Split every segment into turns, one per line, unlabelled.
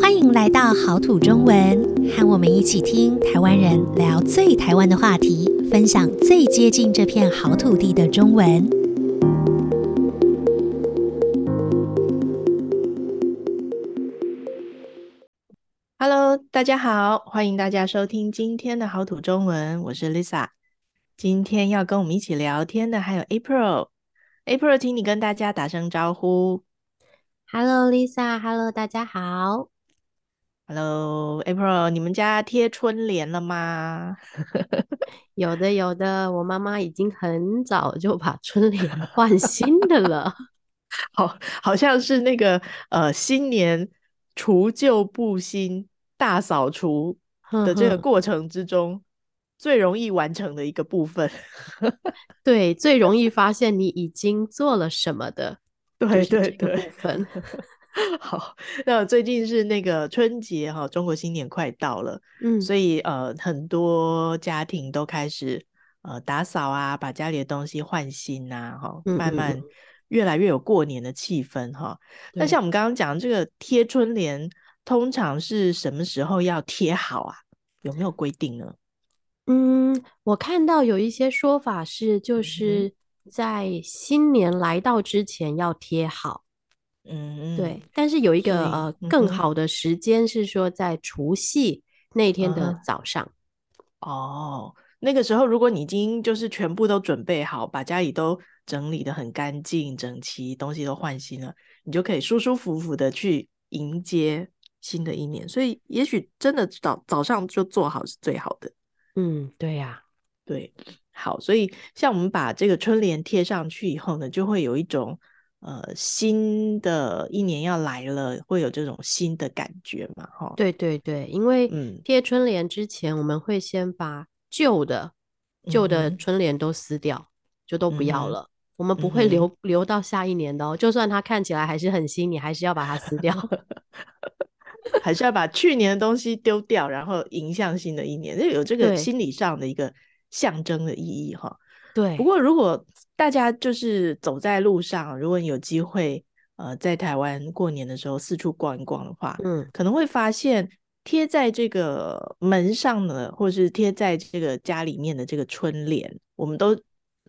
欢迎来到好土中文，和我们一起听台湾人聊最台湾的话题，分享最接近这片好土地的中文。
Hello，大家好，欢迎大家收听今天的好土中文，我是 Lisa。今天要跟我们一起聊天的还有 April。April，请你跟大家打声招呼。
Hello Lisa，Hello 大家好。
Hello，April，你们家贴春联了吗？
有的有的，我妈妈已经很早就把春联换新的了。
好，好像是那个呃，新年除旧布新大扫除
嗯
的这个过程之中，最容易完成的一个部分。
对，最容易发现你已经做了什么的。
对
就是
对
这个
对，
部分。
好，那最近是那个春节哈，中国新年快到了，
嗯，
所以呃，很多家庭都开始呃打扫啊，把家里的东西换新呐，哈，
嗯
慢
嗯
慢
嗯
越来越有过年的气氛哈。那
对
像我们刚刚讲这个贴春联，通常是什么时候要贴好啊？有没有规定呢？
嗯，我看到有一些说法是，
嗯
就
哼
是在新年来到之前要贴好。
嗯，
对，但是有一
所
个
以
呃
嗯
更
哼
好的时间是说在除夕那天
啊
的
哈
早上。
哦，那个时候如果你已经就是全部都准备好，把家里都整理得很干净整齐，东西都换新了，你就可以舒舒服服的去迎接新的一年。所以也许真的早早上就做好是最好的。
嗯，对呀。
对，好，所以像我们把这个春联贴上去以后呢，就会有一种呃新的一年要来了，会有这种新的感觉嘛，哈。
对对对，因为
嗯
贴春联之前，我们会先把旧的、旧
嗯
的
哼
春联都撕掉，就都不
嗯
要
哼
了。我们不
嗯
会
哼
留留到下一年的哦，就算它看起来还是很新，你还是要把它 撕掉。
还是要把去年的东西丢掉，然后迎向新的一年，就有这个
对
心理上的一个象征的意义哈。
对
不，过，如果大家就是走在路上，如果你有机会，呃，在台湾过年的时候四处逛一逛的话，
嗯，
可能会发现贴在这个门上的，或是贴在这个家里面的这个春联，我们都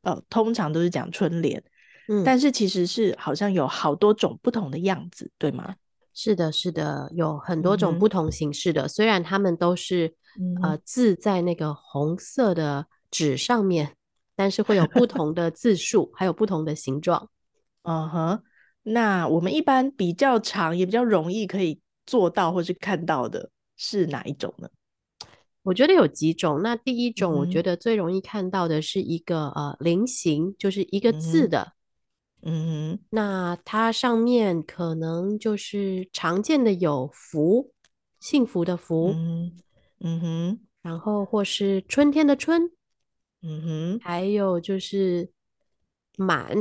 呃通常都是讲春联，
嗯
但是其实是好像有好多种不同的样子，对吗？
是的，是的，有很多
嗯
种
哼
不同形式的，虽然它们都是
嗯哼
呃字在那个红色的纸上面，但是会有不同的字数，还有不同的形状。
嗯哼，那我们一般比较常也比较容易可以做到或是看到的是哪一种呢？
我觉得有几种。那第一种，我
嗯
觉
哼
得最容易看到的是一个呃菱形，就是一个
嗯
字
哼
的。
嗯
那它上面可能就是常见的有福，幸福的
哼，
福，
嗯哼，嗯哼，
然后或是春天的春，
嗯哼，
还有就是满，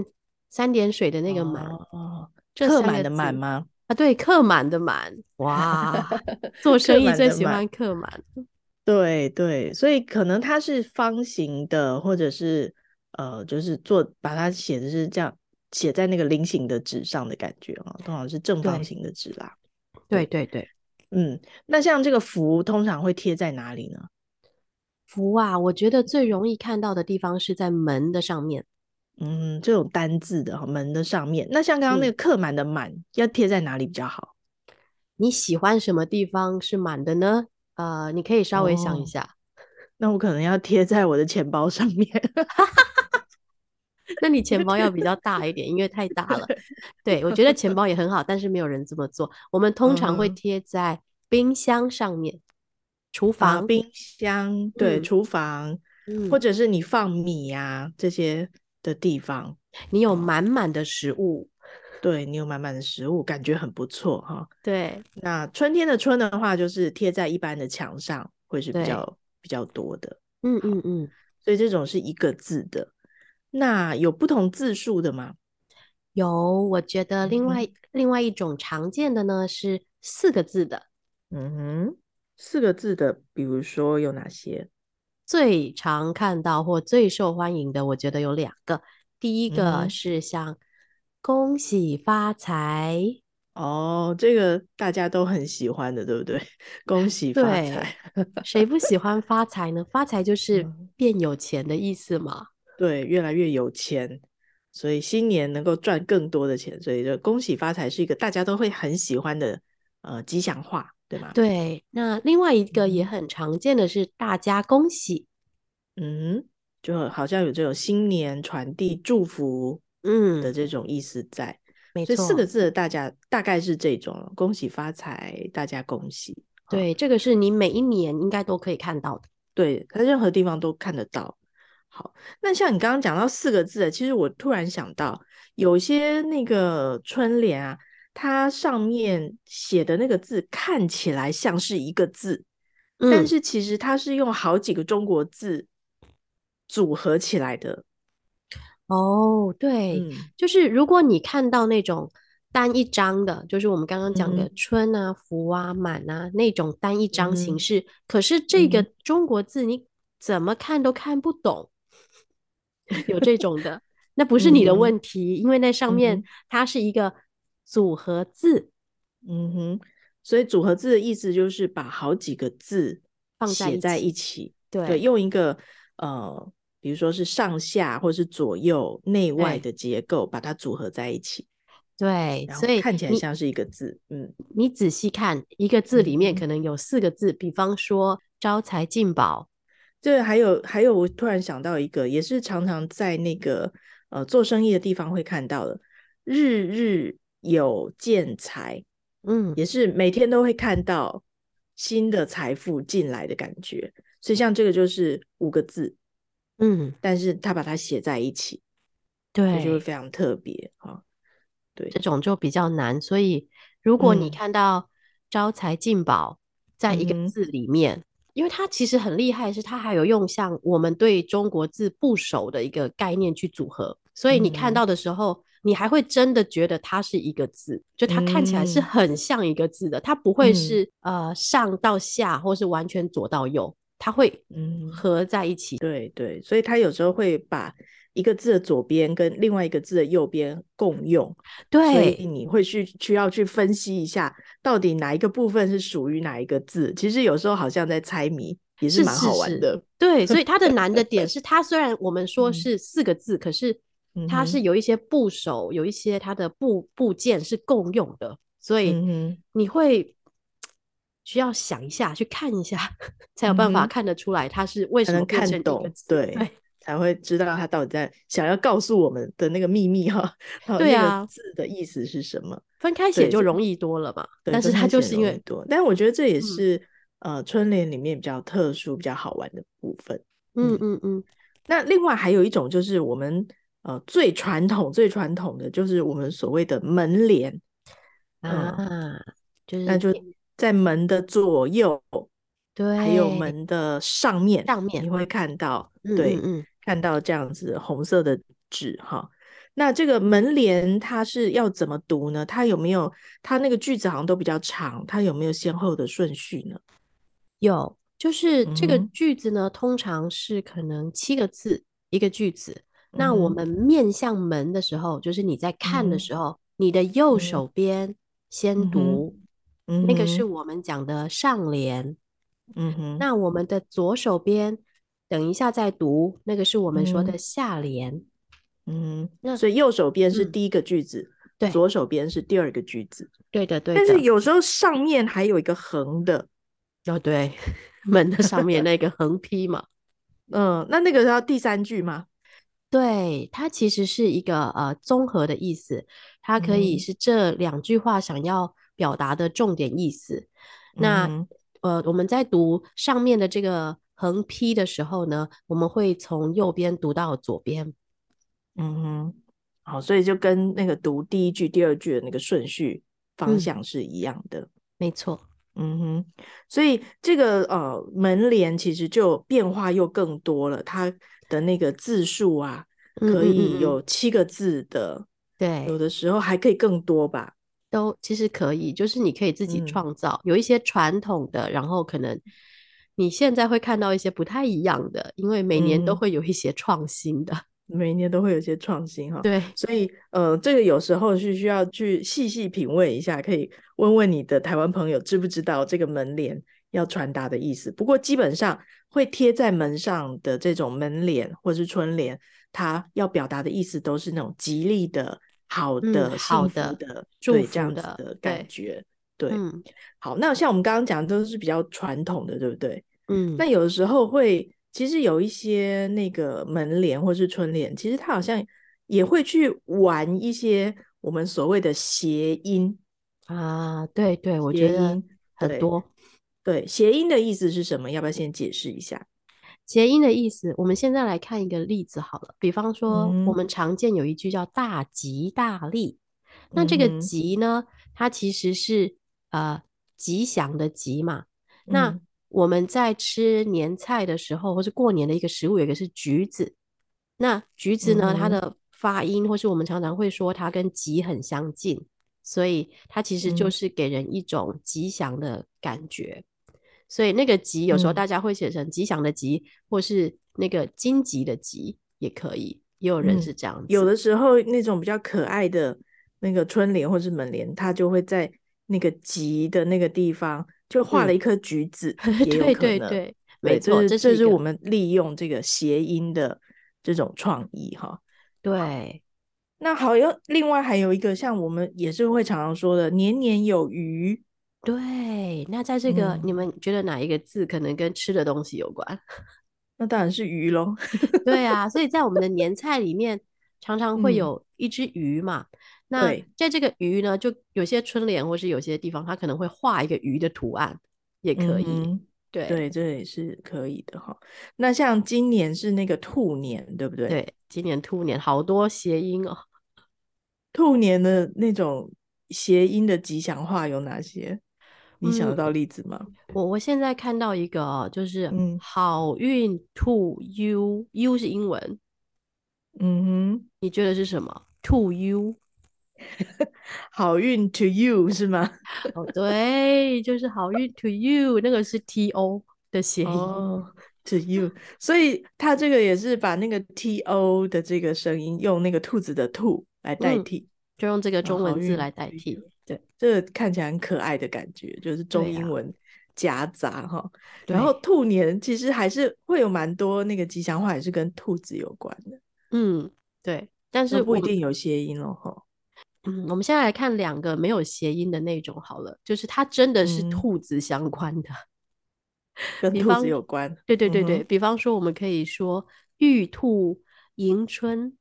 三点水的那个满。
哦，
这
刻
三
满
个
的满
字
吗？
啊，对，刻满的满，哇， 做
刻
生意
满
最
的
喜
满
欢刻满。
对对，所以可能它是方形的，或者是呃，就是做把它写的是这样，写在那个菱形的纸上的感觉啊、通常是正方
对
形的纸啦。
对对对。
嗯，那像这个福通常会贴在哪里呢？
福啊，我觉得最容易看到的地方是在门的上面。
嗯，这种单字的哈门的上面，那像刚刚那
嗯
个刻满的满要贴在哪里比较好？
你喜欢什么地方是满的呢？呃，你可以稍微想一
哦
下。
那我可能要贴在我的钱包上面。
那你钱包要比 较大一点，因为太大了。 对，我觉得钱包也很好，但是没有人这么做。我们通常会
嗯
贴在冰箱上面、厨
啊，
房。
冰箱，对，
嗯
厨房，
嗯
或，者是你放米呀、这些的地方，
你有满满的食物。
对你有满满的食物，感觉很不错哈。
对
那春天的春的话，就是贴在一般的墙上，会是比
对，
较比较多的，
嗯嗯嗯。
所以这种是一个字的。那有不同字数的吗？
有，我觉得另
嗯
外另外一种常见的呢是四个字的，
嗯哼，四个字的，比如说有哪些？
最常看到或最受欢迎的，我觉得有两个。第一
嗯
个
哼，
是像“恭喜发财”
哦，这个大家都很喜欢的，对不 对？恭喜发
对
财，
谁不喜欢发财呢？发财就是
嗯
变有钱的意思嘛。
对，越来越有钱，所以新年能够赚更多的钱，所以就恭喜发财是一个大家都会很喜欢的呃吉祥话，对吗？，
对，嗯那另外一个也很常见的是大家恭喜，
嗯，就好像有这种新年传递祝福的
嗯，
这种意思在，
没
所以
错，
四个字的大家大概是这种，恭喜发财，大家恭喜。
对，这个是你每一年应该都可以看到的。
对，它任何地方都看得到。好，那像你刚刚讲到四个字，其实我突然想到，有些那个春联啊，它上面写的那个字看起来像是一个字，但
嗯，
是其实它是用好几个中国字组合起来的。
哦，对，
嗯，
就是如果你看到那种单一张的，就是我们刚刚讲
嗯
的
哼
春啊、福啊、满啊那种单一
嗯
张
哼
形式，可是这
嗯
个中国字你怎么看都看不懂，有这种的，那不是你的
嗯哼
问题，因为那上
嗯
面
哼
它是一个组合字
嗯哼，所以组合字的意思就是把好几个字
放在
写
一
在
起，
一起。对，
对
用一个呃，比如说是上下或是左右、内外
对
的结构把它组合在一起，
对，
然后
所以
看起来
你
像是一个字。嗯
你仔细看一个字里面
嗯哼
可能有四个字，比方说招财进宝，
这还有还有，我突然想到一个，也是常常在那个呃做生意的地方会看到的，日日有见财，
嗯，
也是每天都会看到新的财富进来的感觉。所以像这个就是五个字，
嗯，
但是他把它写在一起，这就会
对，
非常特别啊、对，
这种就比较难。所以如果
嗯
你看到招财进宝在一个
嗯哼
字里面，因为它其实很厉害，是它还有用像我们对中国字不熟的一个概念去组合，所以你看
嗯
到的时候。你还会真的觉得它是一个字，就它看起来是
嗯
很像一个字的，它不会
嗯
是呃上到下或是完全左到右，它会
嗯，
合在一起。
对对，所以他有时候会把一个字的左边跟另外一个字的右边共用，所以
对，
你会去需要去分析一下，到底哪一个部分是属于哪一个字。其实有时候好像在猜谜，也
是
蛮
是
好玩
是，
的。
对，所 以它的难的点是，它虽然我们说
嗯
是四个字，可是
嗯
它
哼
是有一些部首，有一些它的部部件是共用的，所以
嗯哼，
你会需要想一下，去看一下， 才有办
嗯
法
哼
看得出来它是为
才
什么
能
变
看
成一个
懂，
字。
对，
对
才会知道他到底在想要告诉我们的那个秘密哈、 然后
对
那个
啊
字的意思是什么。
分开写
对
就
这
容易多了嘛，
对，
但是
分
它
开
就
写
是因
容易
为
多，但我觉得这也
嗯
是呃春联里面比较特殊、比较好玩的部分。
嗯
嗯
嗯嗯，
那另外还有一种就是我们呃最传统、最传统的就是我们所谓的门帘，嗯，
啊，就是
那就
变
在门的左右，还有
对
门的上面，
上面，
你会看到，
嗯嗯
对，
嗯，
看到这样子红色的纸哈。那这个门帘它是要怎么读呢？它有没有它那个句子好像都比较长，它有没有先后的顺序呢？
有，就是这个
嗯哼
句子呢，通常是可能七个字一个句子。
嗯
那我
哼，
们面向门的时候，就是你在看的
嗯
时候，你的右
嗯
手边
嗯
先
哼，
读，
嗯
那个是
哼，
我们讲的上联。
嗯哼，
那我们的左手边，等一下再读，那个是我们说的
嗯
下联。
嗯哼，
那
所以右手边是
嗯，
第一个句子，
对，
左手边是第二个句子。
对的，对
但是
的，
有时候上面还有一个横的，
哦，对，门的上面那个横批嘛。
嗯，那那个是要第三句吗？
对，它其实是一个呃综合的意思，它可以
嗯
是这两句话想要表达的重点意思。
嗯
那
哼，
呃，我们在读上面的这个横批的时候呢，我们会从右边读到左边。
嗯哼，好，所以就跟那个读第一句、第二句的那个顺序方
嗯，
向是一样的。
没错。
嗯哼，所以这个呃门帘其实就变化又更多了，它的那个字数啊，
嗯
可
嗯
以
嗯嗯，
有七个字的，有
对，
的时候还可以更多吧。
都其实可以，就是你可以自己
嗯
创造，有一些传统的，然后可能你现在会看到一些不太一样的，因为每年都
嗯，
会有一些创新的。
每一年都会有一些创新哈。
对，
所以，呃，这个有时候是需要去细细品味一下，可以问问你的台湾朋友知不知道这个门帘要传达的意思。不过，基本上会贴在门上的这种门帘或是春联，它要表达的意思都是那种吉利的、好
嗯
的、幸
好
福
的
的、
祝
对
福
这样子
的
的
对
感觉。对，
嗯
好，那像我们刚刚讲的都是比较传统的，对不对？
嗯，
那有的时候会，其实有一些那个门帘或是春联，其实它好像也会去玩一些我们所谓的谐音。
啊，对对，我
谐
觉得
音对
很多。
对，谐音的意思是什么？要不要先解释一下？
谐音的意思，我们现在来看一个例子好了。比方说，我
嗯
们常见有一句叫“大吉大利”，那这个
嗯哼
“吉”呢，它其实是呃吉祥的“吉”嘛。那
嗯
我们在吃年菜的时候，或是过年的一个食物，有一个是橘子。那橘子呢，它
嗯哼
的发音，或是我们常常会说它跟“吉”很相近，所以它其实就
嗯
是给人一种吉祥的感觉。所以那个“吉”有时候
嗯
大家会写成吉祥的“吉”，或是那个荆棘的“棘”也可以，也有人
嗯
是这样子。
有的时候那种比较可爱的那个春联或是门帘，它就会在那个吉的那个地方就画了
嗯
一颗橘 子， 也有
对
可
对
能。
对，
对，
没
这
错，
是
这
这
是一
是我
个
们利用这个谐音的这种创意哈。
对，
那好，有另外还有一个像我们也是会常常说的“年年有余
对，那在这
嗯
个，你们觉得哪一个字可能跟吃的东西有关？”，
那当然是鱼喽。
对啊，所以在我们的年菜里面，常常会
嗯
有一只鱼嘛。那
对，
在这个鱼呢，就有些春联或是有些地方，它可能会画一个鱼的图案，也可
嗯
以。
哼，
对
对，这也是可以的哈。那像今年是那个兔年，对不对？
对，今年兔年好多谐音哦。
兔年的那种谐音的吉祥话有哪些？你想得
嗯
到例子吗？
我我现在看到一个哦就是
嗯
好运兔 U U 是英文，
嗯
你觉得是什么？兔 U
哼，好运 to you 是吗？
哦，对，就是好运 to you，那个是 T O 的谐音。
哦，to you，所以他这个也是把那个 t o 的这个声音用那个兔子的兔来代
嗯
替，
就用这个
然后
中
哦好
文字
运
来代
to
替。
you，
对
这个看起来很可爱的感觉，就是中
对
英
呀、
文夹杂哈。然后
对，
兔年其实还是会有蛮多那个吉祥话，也是跟兔子有关的，
嗯对。但
那
是
不
我
一
们
定有谐音哦哈。
嗯，我们现在来看两个没有谐音的那种好了，就是它真的是
嗯，
兔子相关的。
跟
比
兔子
方，
有关。
对对
嗯
对对，
哼，
比方说我们可以说玉兔迎春，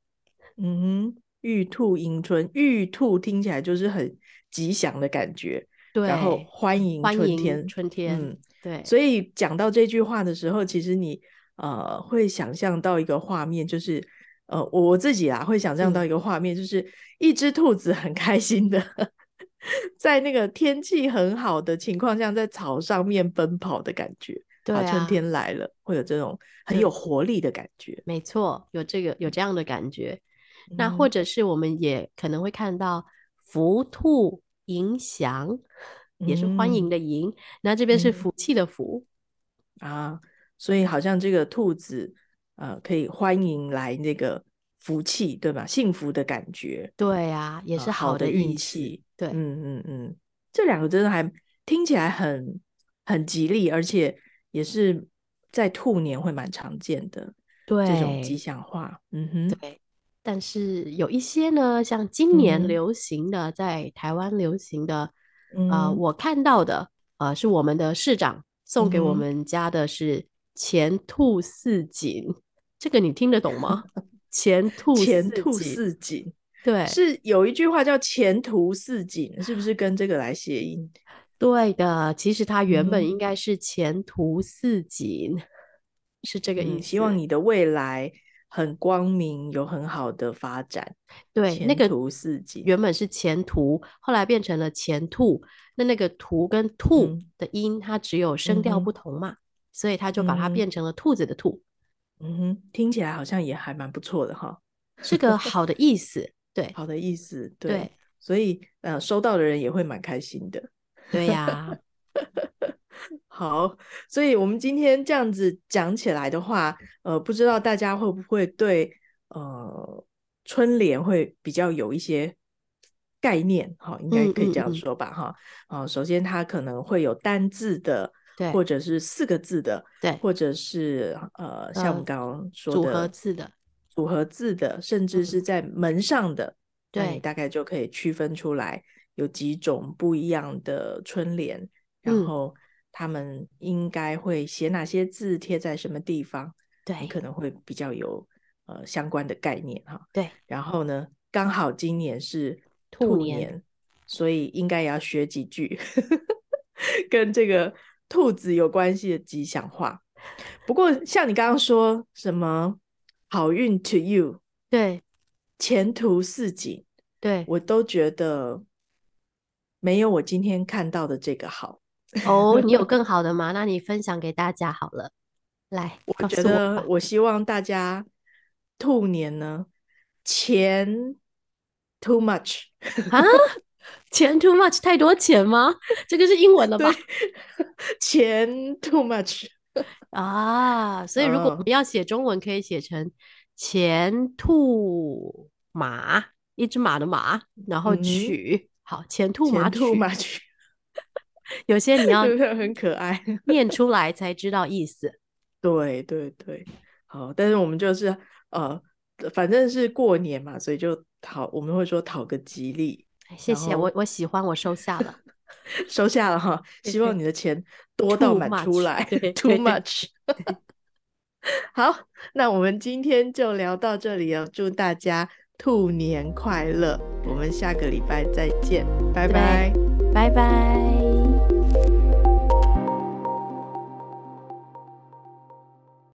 嗯哼，玉兔迎春，玉兔听起来就是很吉祥的感觉，然后
对，
欢迎
欢
春
迎
天。
春天，
嗯，
对，
所以讲到这句话的时候，其实你呃会想象到一个画面，就是呃我我自己啊会想象
嗯，
到一个画面，就是一只兔子很开心的 在那个天气很好的情况下，在草上面奔跑的感觉
对
啊，春
啊，
天来了，会有这种很有
对，
活力的感觉。
没错，有这个有这样的感觉。那或
嗯，
者是我们也可能会看到福兔迎祥，也是欢迎
嗯
的迎，那这边是
嗯
福气的福，
啊，所以好像这个兔子，呃，可以欢迎来那个福气，对吧？幸福的感觉，
对啊，也
呃，
是
好
好
的
的
运
意思，
气，
对，
嗯嗯嗯，这两个真的还听起来很很吉利，而且也是在兔年会蛮常见的这种吉
对
祥话，嗯哼，
对。但是有一些呢，像
嗯
今年
哼，
流行的，在台湾流行的，啊、
嗯
我看到的，啊，是我们的市长送
嗯
给我
哼。
们家的是前兔似锦，这个你听得懂吗？前兔
前
似
兔
锦，
似锦，
对。
是有一句话叫前途似锦，是不是跟这个来谐音？
嗯对的，其实它原本
嗯
应该是前途似锦，是这个意
嗯，希望
思。
你的未来很光明，有很好的发展，
对，
前
那个
途似锦。
原本是前途，后来变成了前兔。那那个途跟兔
嗯
的音，它只有声
嗯
调不
哼，
同嘛，所以它就把它
嗯
变成了兔子的兔，
嗯哼，听起来好像也还蛮不错的哈，
是个好的意思。对
好的意思。对，
对
所以呃，收到的人也会蛮开心的。
对呀，
好，所以我们今天这样子讲起来的话，呃，不知道大家会不会对呃春联会比较有一些概念，哈，应
嗯
该可以这样说吧，哈、啊，首先它可能会有单字的，
对
或者是四个字的，
对
或者是呃，像我们
呃
刚刚说的
组合字的，
组合字的，甚至是在门上的，那你
对
大概就可以区分出来有几种不一样的春联，然
嗯
后他们应该会写哪些字贴在什么地方，你
对
可能会比较有呃相关的概念哈。
对，
然后呢，刚好今年是兔
兔年
所以应该也要学几句 跟这个兔子有关系的吉祥话。不过像你刚刚说什么好运 to you，
对
前途似锦，
对，
我都觉得没有我今天看到的这个好。
哦，你有更好的吗？那你分享给大家好了，来，
我
告
觉
诉我
得
吧
我希望大家兔年呢，钱 too much，
啊，钱 too much 太多钱吗？ 这个是英文的吧？
钱 too much，
啊，所以如果我
嗯
们要写中文，可以写成前兔马，一只马的马，然后
嗯哼
曲，好，前兔马
钱 too
曲，
much，啊
有些 你 要
对不对？很可爱。
念出来才知道意思。
对对对，好，但是我们就是呃，反正是过年嘛，所以就讨我们会说讨个吉利，
哎谢
然
谢，
后
我我喜欢，我收下 了。
收下了哈，
对
希
对
望你的钱多到
Too
满出
much，
来
对
，too
对
much。好，那我们今天就聊到这里了，祝大家兔年快乐，我们下个礼拜再见，拜
对
拜。
拜拜。